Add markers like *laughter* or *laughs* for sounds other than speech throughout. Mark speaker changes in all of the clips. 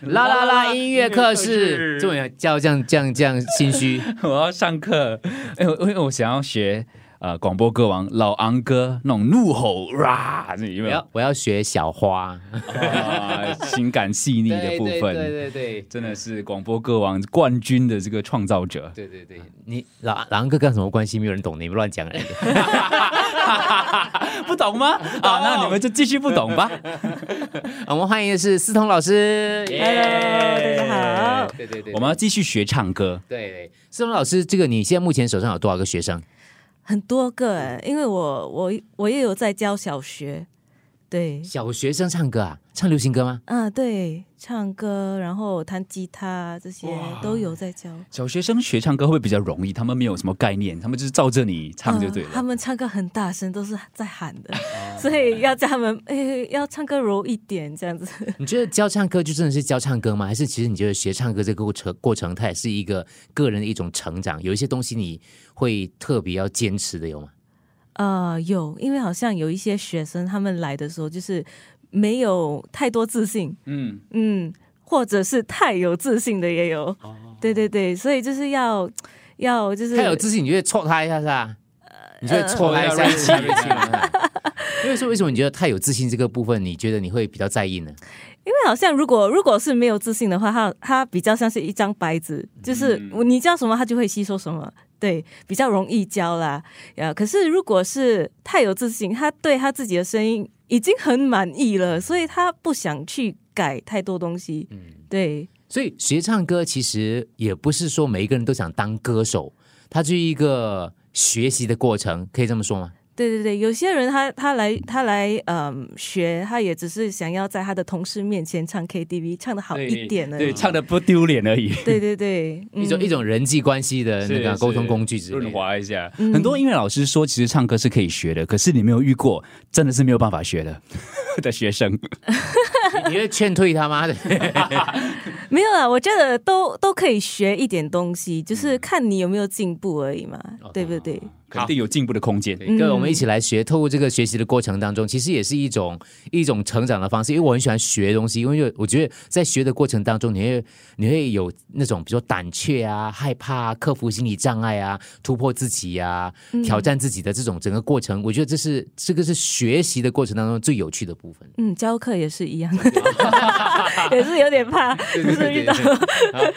Speaker 1: 啦啦啦音乐课室，这
Speaker 2: 对，
Speaker 1: 么叫这样这样这样心 *laughs* 虚，
Speaker 2: *laughs* 我要上课，哎，我因为我想要学呃广播歌王老昂哥那种怒吼啦，那有
Speaker 1: 我
Speaker 2: 没有
Speaker 1: 要？我要学小花
Speaker 2: 啊情感细腻的部分，
Speaker 1: 哎对对对
Speaker 2: 真的是广播歌王冠军的这个创造者。
Speaker 1: 对对对，你老狼哥跟什么关系？没有人懂，你们乱讲而已。
Speaker 2: 不懂吗？啊，那你们就继续不懂吧。
Speaker 1: *laughs* 我们欢迎的是思彤老师
Speaker 2: Hello，大家好
Speaker 1: *laughs* 对对对，
Speaker 2: 我们要继续学唱歌。
Speaker 1: 对对思彤老师，这个你现在目前手上有多少个学生？
Speaker 3: 很多个哎，因为我我我也有在教小学，对，
Speaker 1: 小学生唱歌啊，唱流行歌吗？
Speaker 3: 啊对，唱歌，然后弹吉他这些都有在教。
Speaker 2: 小学生学唱歌会不会比较容易？他们没有什么概念，他们就是照着你唱就对
Speaker 3: 嗯
Speaker 2: 了。
Speaker 3: 他们唱歌很大声，都是在喊的，所以要叫他们哎要唱歌柔一点这样子。
Speaker 1: 你觉得教唱歌就真的是教唱歌吗？还是其实你觉得学唱歌这个过程过程，它也是一个个人的一种成长？有一些东西你会特别要坚持的，有吗？
Speaker 3: 呃，有，因为好像有一些学生他们来的时候就是没有太多自信，
Speaker 2: 嗯，
Speaker 3: 嗯，或者是太有自信的也有。对对对，所以就是要要就是
Speaker 1: 他有自信，你就会戳他一下是吧？你就会戳他一下，
Speaker 2: 呃
Speaker 1: 气不气因为说为什么你觉得太有自信这个部分，你觉得你会比较在意呢？
Speaker 3: 因为好像如果如果是没有自信的话，他他比较像是一张白纸，就是
Speaker 2: 嗯
Speaker 3: 你教什么，他就会吸收什么。对，比较容易教啦。呃，可是如果是太有自信，他对他自己的声音已经很满意了，所以他不想去改太多东西。对，
Speaker 1: 所以学唱歌其实也不是说每一个人都想当歌手，它是一个学习的过程，可以这么说吗？
Speaker 3: 对对对，有些人他他来他来嗯学，他也只是想要在他的同事面前唱 KTV，唱的好一点而
Speaker 2: 对，
Speaker 3: 已。
Speaker 2: 唱的不丢脸而已。
Speaker 3: 对对对，嗯
Speaker 1: 一种一种人际关系的那个
Speaker 2: 是
Speaker 1: 沟通工具之类
Speaker 2: 润
Speaker 1: 的。
Speaker 2: 滑一下。
Speaker 3: 嗯
Speaker 2: 很多音乐老师说，其实唱歌是可以学的，可是你没有遇过，真的是没有办法学的的学生。
Speaker 1: 你会劝退他吗？
Speaker 3: *laughs* 没有啦，我觉得都都可以学一点东西，就是看你有没有进步而已嘛，对不对？
Speaker 2: 肯定有进步的空间。
Speaker 1: 对，各位，我们一起来学。透过这个学习的过程当中，其实也是一种一种成长的方式。因为我很喜欢学东西，因为我觉得在学的过程当中，你会你会有那种比如说胆怯啊、害怕、啊、克服心理障碍啊、突破自己啊、挑战自己的这种整个过程。我觉得这是这个是学习的过程当中最有趣的部分。
Speaker 3: 嗯，教课也是一样， *laughs* 也是有点怕，就是遇到
Speaker 1: 好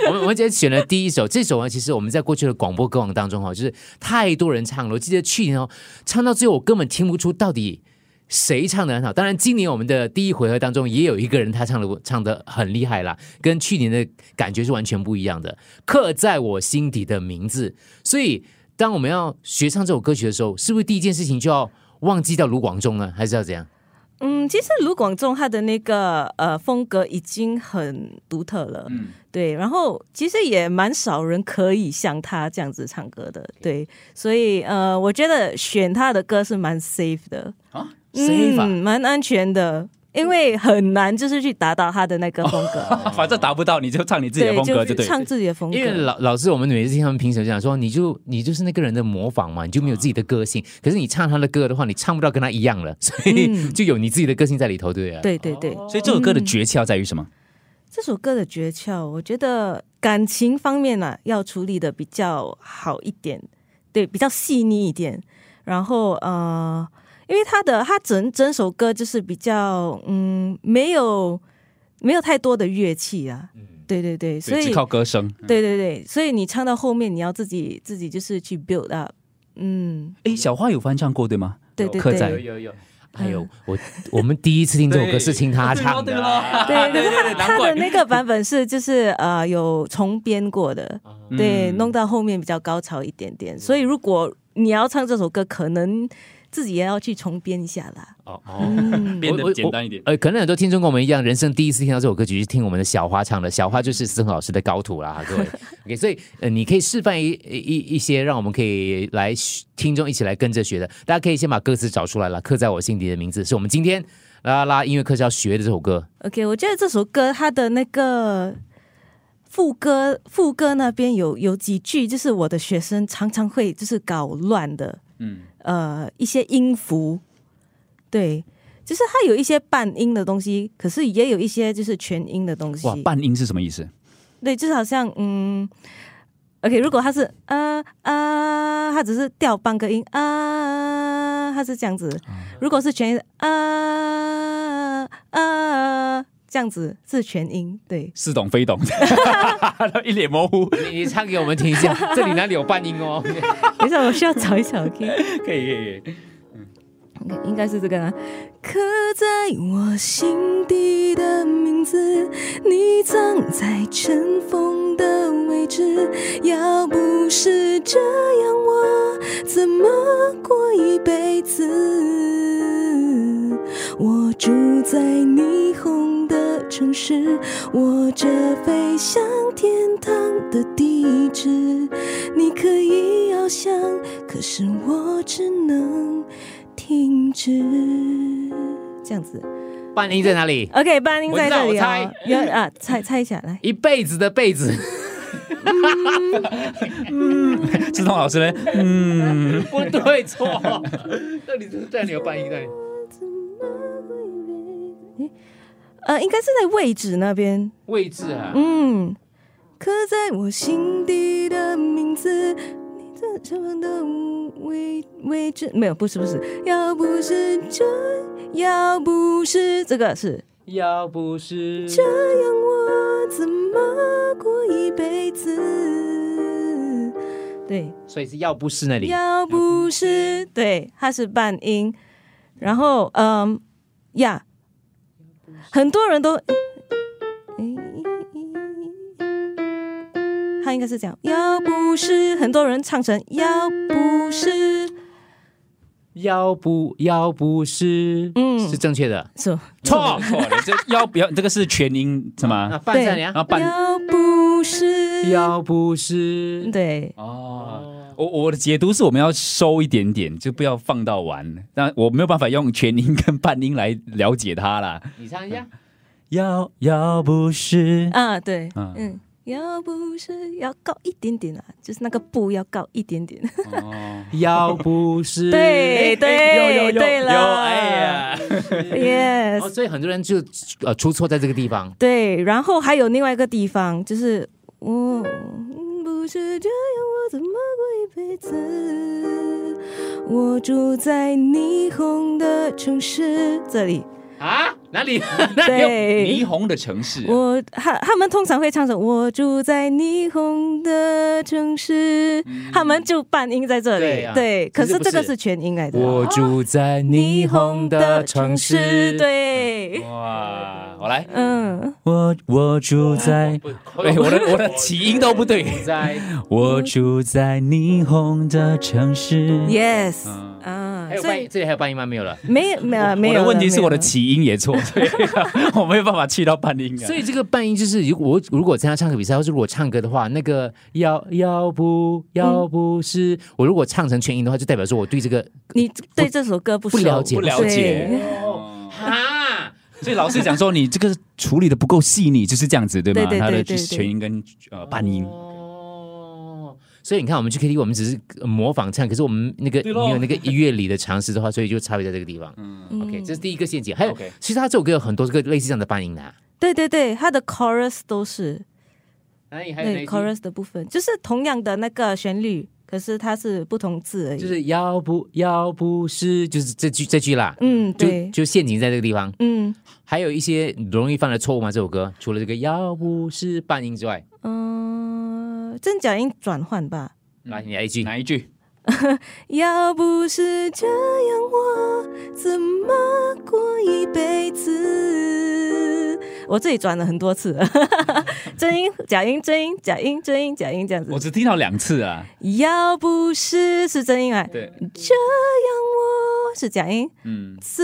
Speaker 1: 我们我们今天选了第一首，这首呢，啊其实我们在过去的广播歌王当中哦，就是太多人唱了。我记得去年哦，唱到最后我根本听不出到底谁唱的很好。当然，今年我们的第一回合当中也有一个人他唱的唱的很厉害啦，跟去年的感觉是完全不一样的。刻在我心底的名字，所以当我们要学唱这首歌曲的时候，是不是第一件事情就要忘记掉卢广仲呢？还是要怎样？
Speaker 3: *laughs* 嗯，其实卢广仲他的那个呃风格已经很独特了，
Speaker 2: 嗯
Speaker 3: 对，然后其实也蛮少人可以像他这样子唱歌的，对，所以呃，我觉得选他的歌是蛮 safe 的，
Speaker 2: 啊，
Speaker 1: safe 啊
Speaker 3: 嗯，蛮安全的，因为很难就是去达到他的那个风格。
Speaker 2: 反正达不到，你就唱你自己的风格就
Speaker 3: 就
Speaker 2: 对
Speaker 3: 是。唱自己的风格。
Speaker 1: 因为老老师，我们每次听他们评审讲说，你就你就是那个人的模仿嘛，你就没有自己的个
Speaker 3: 嗯
Speaker 1: 性。可是你唱他的歌的话，你唱不到跟他一样了， *laughs* 所以
Speaker 3: 嗯
Speaker 1: 就有你自己的个性在里头，对啊不对？。
Speaker 3: 对对对，
Speaker 2: 所以这首歌的诀窍在于什么？
Speaker 3: 这首歌的诀窍，我觉得感情方面呢、要处理的比较好一点，对，比较细腻一点。然后呃，因为他的他整整首歌就是比较嗯，没有没有太多的乐器啊，对对对，所
Speaker 2: 对，
Speaker 3: 以
Speaker 2: 只靠歌声。
Speaker 3: 对对对，所以你唱到后面，你要自己自己就是去 build up，嗯，
Speaker 2: 哎，小花有翻唱过对吗？
Speaker 3: 对对
Speaker 2: 刻在
Speaker 3: 对。
Speaker 1: 有有。哎呦，我我们第一次听这首歌是听他唱的啊，
Speaker 3: 对，可是他他的
Speaker 2: 怪
Speaker 3: 那个版本是就是呃有重编过 *laughs* 的，对，
Speaker 2: 嗯
Speaker 3: 弄到后面比较高潮一点点。所以如果你要唱这首歌，可能自己也要去重编一下啦。
Speaker 1: 哦
Speaker 3: *laughs* 嗯，
Speaker 2: 变
Speaker 1: 我我
Speaker 2: 得简单一点。
Speaker 1: 呃，可能很多听众跟我们一样，人生第一次听到这首歌曲是听我们的小花唱的，小花就是思恒老师的高徒
Speaker 3: *laughs*
Speaker 1: 啦，各位。OK，所以呃，你可以示范一一一些，让我们可以来学听众一起来跟着学的。大家可以先把歌词找出来了，刻在我心底的名字，是我们今天啦啦啦音乐课是要学的这首歌。
Speaker 3: OK，我觉得这首歌它的那个副歌副歌那边有有几句，就是我的学生常常会就是搞乱的，
Speaker 2: 嗯，
Speaker 3: 呃一些音符，对，就是它有一些半音的东西，可是也有一些就是全音的东西
Speaker 2: 哇，。半音是什么意思？
Speaker 3: 对，就是好像嗯，OK，如果它是啊啊，它只是调半个音啊，它是这样子；如果是全音啊啊，这样子是全音。对，
Speaker 2: 似懂非懂，一脸模糊。
Speaker 1: 你你唱给我们听一下，这里哪里有半音哦？
Speaker 3: 等一下我需要找一找，OK。
Speaker 2: 可以可以可以，
Speaker 3: 应该是这个啦。刻在我心底的名字，你葬在尘封的位置。要不是这样，我怎么过一辈子？我住在霓虹的城市，我这飞向天堂的地址。你可以翱翔，可是我只能停止。这样子
Speaker 1: 半音在哪里？
Speaker 3: ，OK，半音在这
Speaker 1: 我
Speaker 3: 里
Speaker 1: 知道我
Speaker 3: 啊、
Speaker 1: 猜
Speaker 3: 有啊，猜猜一下来。
Speaker 1: 一辈子的辈子， *laughs*
Speaker 2: 志同老师呢？嗯，
Speaker 1: 不对错。这里这里有半音在哪里？
Speaker 3: 呃，应该是在位置那边，
Speaker 1: 位置啊，
Speaker 3: 嗯，刻在我心底的名字，你这长长的位位置，没有，不是不是，要不是这，要不是这个是
Speaker 1: 要不是
Speaker 3: 这样，我怎么过一辈子？对，
Speaker 1: 所以是要不是那里。
Speaker 3: 要不是对，它是半音，然后嗯呀，很多人都，他应该是这样，要不是很多人唱成要不是，
Speaker 1: 要不要不是，
Speaker 3: 嗯
Speaker 1: 是正确的。
Speaker 3: 是
Speaker 2: 错错了，这要不要？这个是全音是
Speaker 1: 那
Speaker 2: 吗？
Speaker 1: 半在哪
Speaker 2: 然
Speaker 1: 里啊
Speaker 2: 后？半
Speaker 3: 要不是，
Speaker 1: 要不是，
Speaker 3: 对，
Speaker 2: 哦。我我的解读是我们要收一点点，就不要放到完。但我没有办法用全音跟半音来了解它啦。
Speaker 1: 你唱一下。
Speaker 2: 要要不是
Speaker 3: 啊对，
Speaker 2: 嗯
Speaker 3: 嗯。要不是要高一点点啊，就是那个不要高一点点。
Speaker 2: 哦，
Speaker 1: *laughs* 要不是，哎
Speaker 3: 对对对了，
Speaker 1: *laughs* 哎呀，
Speaker 3: ，yes，
Speaker 1: 哦，所以很多人就呃出错在这个地方。
Speaker 3: 对，然后还有另外一个地方，就是我不是这样，我怎么过一辈子？我住在霓虹的城市，这里，
Speaker 1: 啊？哪里？ *laughs*
Speaker 3: 对
Speaker 2: 霓，虹的城市啊、
Speaker 3: 我他他们通常会唱成我住在霓虹的城市，他们就半音在这里，
Speaker 1: 嗯对啊
Speaker 3: 可
Speaker 1: 可
Speaker 3: 是
Speaker 1: 是不
Speaker 3: 这个
Speaker 1: 是
Speaker 3: 是全音来的。啊
Speaker 1: 我住在霓虹的城市。，
Speaker 3: 对，
Speaker 2: 哇，我来，
Speaker 3: 嗯，
Speaker 2: 我我住在，哎，
Speaker 1: *laughs*
Speaker 2: 我的我的起音都不对，
Speaker 1: 在
Speaker 2: 我住在霓虹的城市。
Speaker 3: ，yes，
Speaker 2: 嗯
Speaker 3: 啊
Speaker 1: 还，有
Speaker 3: 所
Speaker 1: 半，
Speaker 3: 以
Speaker 1: 这里还有半音吗？没有了。
Speaker 3: 没没有没
Speaker 2: 我
Speaker 3: 有了，
Speaker 2: 的问题是
Speaker 3: 没有
Speaker 2: 我的
Speaker 3: 了
Speaker 2: 起音也错，所以 *laughs* 我没有办法去到半音啊
Speaker 1: 所。以这个半音就是，如果我如果参加唱歌比赛，或是如果唱歌的话，那个要要不要不是、我如果唱成全音的话，就代表说我对这个
Speaker 3: 你对这首歌不熟
Speaker 1: 不了解
Speaker 2: 不了解
Speaker 3: 对。
Speaker 2: 哦
Speaker 1: 啊，
Speaker 2: 所以老师讲说你这个处理的不够细腻，就是这样子，对吗？
Speaker 3: 对对对
Speaker 2: 他的
Speaker 3: 对对
Speaker 2: 全音跟呃半音。
Speaker 1: 哦，所以你看，我们去 KTV，我们只是呃模仿唱，可是我们那个
Speaker 2: 对咯
Speaker 1: 没有那个乐理的常识的话，所以就差别在这个地方。
Speaker 2: 嗯，
Speaker 3: 嗯
Speaker 1: OK，这是第一个陷阱。还有
Speaker 2: OK
Speaker 1: 其实他这首歌有很多这个类似这样的半音的、啊。
Speaker 3: 对对对，它的 chorus 都是
Speaker 1: 哎，还
Speaker 3: 对 chorus 的部分，就是同样的那个旋律，可是它是不同字而已。
Speaker 1: 就是要不要不是，就是这句这句啦，
Speaker 3: 嗯，
Speaker 1: 就
Speaker 3: 对，
Speaker 1: 就陷阱在这个地方。
Speaker 3: 嗯
Speaker 1: 还有一些容易犯的错误吗？这首歌除了这个要不是半音之外，
Speaker 3: 嗯、呃真假音转换吧。
Speaker 1: 来你来一句，
Speaker 2: 哪一句？
Speaker 3: 要不是这样，我怎么过一辈子？我自己转了很多次 *laughs* 了，真音、假音、真音、假音、真音、假音这样子
Speaker 2: 我。只听到两次啊。
Speaker 3: 要不是是真音啊， *laughs*
Speaker 2: 对，
Speaker 3: 这样我是假音，
Speaker 2: 嗯，
Speaker 3: 怎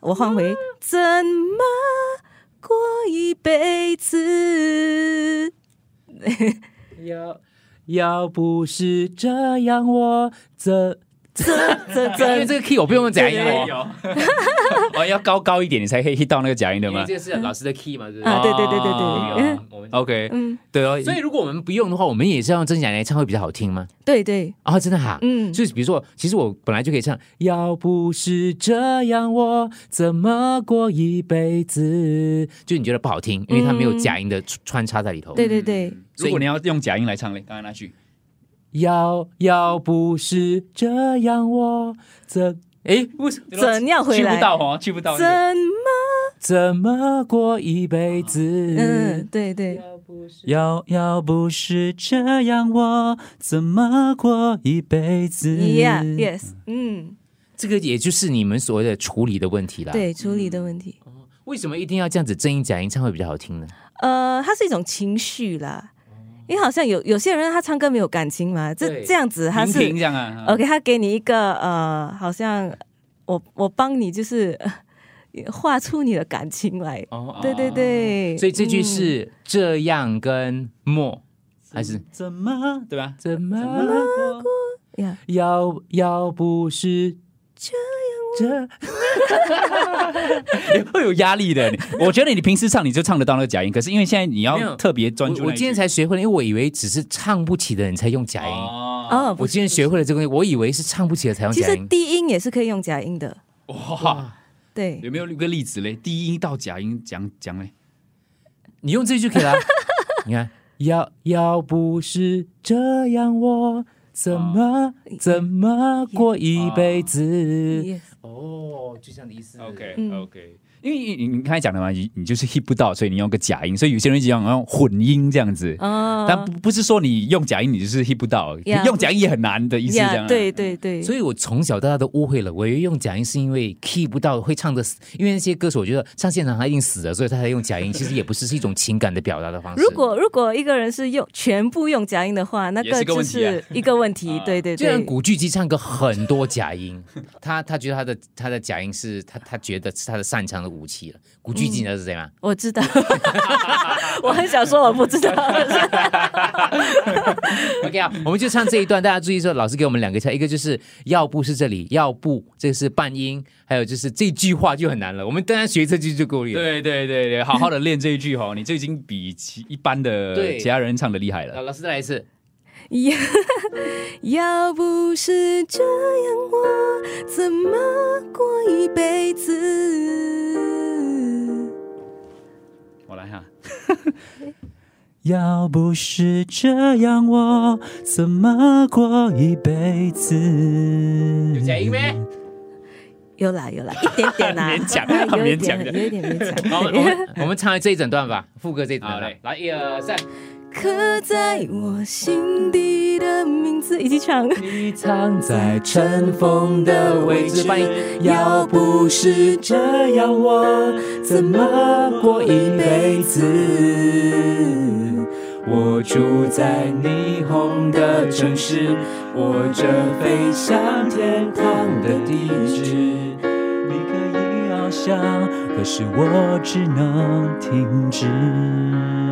Speaker 3: 我换回怎么过一辈子？
Speaker 1: 要要不是这样我怎？
Speaker 3: 这
Speaker 1: 因为
Speaker 3: 这
Speaker 1: 这个 key 我不用假音
Speaker 2: 哎
Speaker 1: 哦，
Speaker 2: 呦，哦，要高高一点，你才可以 hit 到那个假音的
Speaker 1: 因为
Speaker 2: 吗
Speaker 1: 这？个是老师的 key 嘛，对不对？
Speaker 3: 啊，对对对对
Speaker 2: 哦
Speaker 3: 对，
Speaker 1: 我们
Speaker 2: OK，
Speaker 3: 嗯，
Speaker 2: 对哦，
Speaker 1: 所以如果我们不用的话，我们也是要用真假来唱会比较好听吗？
Speaker 3: 对对，
Speaker 1: 啊，真的哈、
Speaker 3: 嗯，
Speaker 1: 就是比如说，其实我本来就可以唱，要不是这样，我怎么过一辈子？就你觉得不好听，因为它没有假音的穿穿插在里头。
Speaker 3: 对对对，
Speaker 1: 所以
Speaker 2: 如果你要用假音来唱嘞，刚才那句
Speaker 1: 要要不是这样，我怎哎不是
Speaker 3: 怎样回
Speaker 2: 去
Speaker 3: 来？
Speaker 2: 不到哦，去不到
Speaker 3: 怎
Speaker 2: 那个。
Speaker 3: 么？
Speaker 1: 怎么过一辈子？
Speaker 3: 嗯，对对，
Speaker 2: 要要不是这样，我怎么过一辈子
Speaker 3: Yeah, yes，嗯，
Speaker 1: 这个也就是你们所谓的处理的问题啦。，
Speaker 3: 对，处理
Speaker 1: 嗯
Speaker 3: 的问题。
Speaker 1: 为什么一定要这样子真音假音唱会比较好听呢？
Speaker 3: 呃，它是一种情绪啦，因为好像有有些人他唱歌没有感情嘛，这
Speaker 1: 哦对
Speaker 3: 这样子他
Speaker 2: 婷婷
Speaker 3: 是
Speaker 2: 这样啊。
Speaker 3: *laughs* OK，他给你一个呃，好像我我帮你就是 *laughs* 呃画出你的感情来，
Speaker 1: 哦
Speaker 3: 对对。对，
Speaker 1: 所以这句
Speaker 3: 嗯
Speaker 1: 是这样跟莫还是
Speaker 2: 怎么对吧？
Speaker 1: 怎么过？
Speaker 3: 呀，
Speaker 1: 要要不是这样，这
Speaker 2: 你会有压力的。你我觉得你平时唱你就唱得到那个假音，可是因为现在你
Speaker 1: 没有
Speaker 2: 要特别专注
Speaker 1: 我我
Speaker 2: 那一句。
Speaker 1: 今天才学会了，因为我以为只是唱不起的人才用假音。
Speaker 2: 哦，
Speaker 3: 哦，不
Speaker 1: 我
Speaker 3: 是
Speaker 1: 今天学会了这个东西，我以为是唱不起的才用
Speaker 3: 其
Speaker 1: 假
Speaker 3: 实
Speaker 1: *laughs* 音。
Speaker 3: 低音也是可以用假音的，
Speaker 2: 哇，
Speaker 3: 对，
Speaker 2: 有没有一个例子嘞？低音到假音讲讲嘞？
Speaker 1: 你用这句就可以了啊。你看，要要不是这样，我怎么怎么过一辈子？
Speaker 3: Yes
Speaker 1: 哦，就这样的意思。
Speaker 3: 嗯
Speaker 2: OK，因为你你你刚才讲的嘛，你你就是 hit 不到，所以你用个假音，所以有些人讲用混音这样子，
Speaker 3: 哦，
Speaker 2: 但不不是说你用假音你就是 hit 不到，
Speaker 3: Yeah，
Speaker 2: 用假音也很难的意思，这样
Speaker 3: 呀，
Speaker 2: 啊
Speaker 3: 对对对，
Speaker 1: 所以我从小到大都误会了，我以为用假音是因为 key 不到会唱的，因为那些歌手我觉得上现场他一定死了，所以他才用假音。 *laughs* 其实也不是是一种情感的表达的方式。
Speaker 3: 如果如果一个人是用全部用假音的话，那
Speaker 2: 也是个
Speaker 3: 个就
Speaker 2: 问题啊
Speaker 3: 是一个
Speaker 1: *laughs*
Speaker 3: 问题。
Speaker 2: 啊
Speaker 3: 对对
Speaker 1: 就像
Speaker 3: 对，
Speaker 1: 古巨基唱歌很多假音， *laughs* 他他觉得他的他的假音是他他觉得是他的擅长的武器了。古巨基你知道是谁吗？
Speaker 3: 我知道， *laughs* 我很想说我不
Speaker 2: *laughs*
Speaker 3: 知道， *laughs* 嗯
Speaker 1: OK 啊，我们就唱这一段，大家注意说，老师给我们两个唱，一个就是要不是这里，要不这是半音，还有就是这句话就很难了。我们单单学这句就够力了。
Speaker 2: 对对对对，好好的练这一句哦，你这已经比其一般的
Speaker 1: 对
Speaker 2: 其他人唱的厉害
Speaker 1: 好，
Speaker 2: 了。
Speaker 1: 呃老师再来一次。
Speaker 3: 要要不是这样，我怎么过一辈子？
Speaker 2: 我来 *laughs* 哈，
Speaker 4: 要不是这样，我怎么过一辈子？
Speaker 1: 有假音没？
Speaker 3: 有啦有啦，一点点啦，
Speaker 2: *laughs* 勉强
Speaker 3: 啊 *laughs* 有一
Speaker 2: 勉强
Speaker 3: 点
Speaker 2: 的
Speaker 3: 有一点勉
Speaker 2: *laughs*
Speaker 1: 好，
Speaker 3: 强。
Speaker 1: 我们我们唱这一整段吧，副歌这一整
Speaker 2: 好
Speaker 1: 段
Speaker 2: 嘞。
Speaker 1: 来，一二三。
Speaker 3: 刻在我心底的名字，一起唱。
Speaker 4: 你藏在尘封的位置。
Speaker 1: 半音
Speaker 4: 要不是这样，我怎么过一辈子？我住在霓虹的城市，我这飞向天堂的地址。你可以翱翔，可是我只能停止。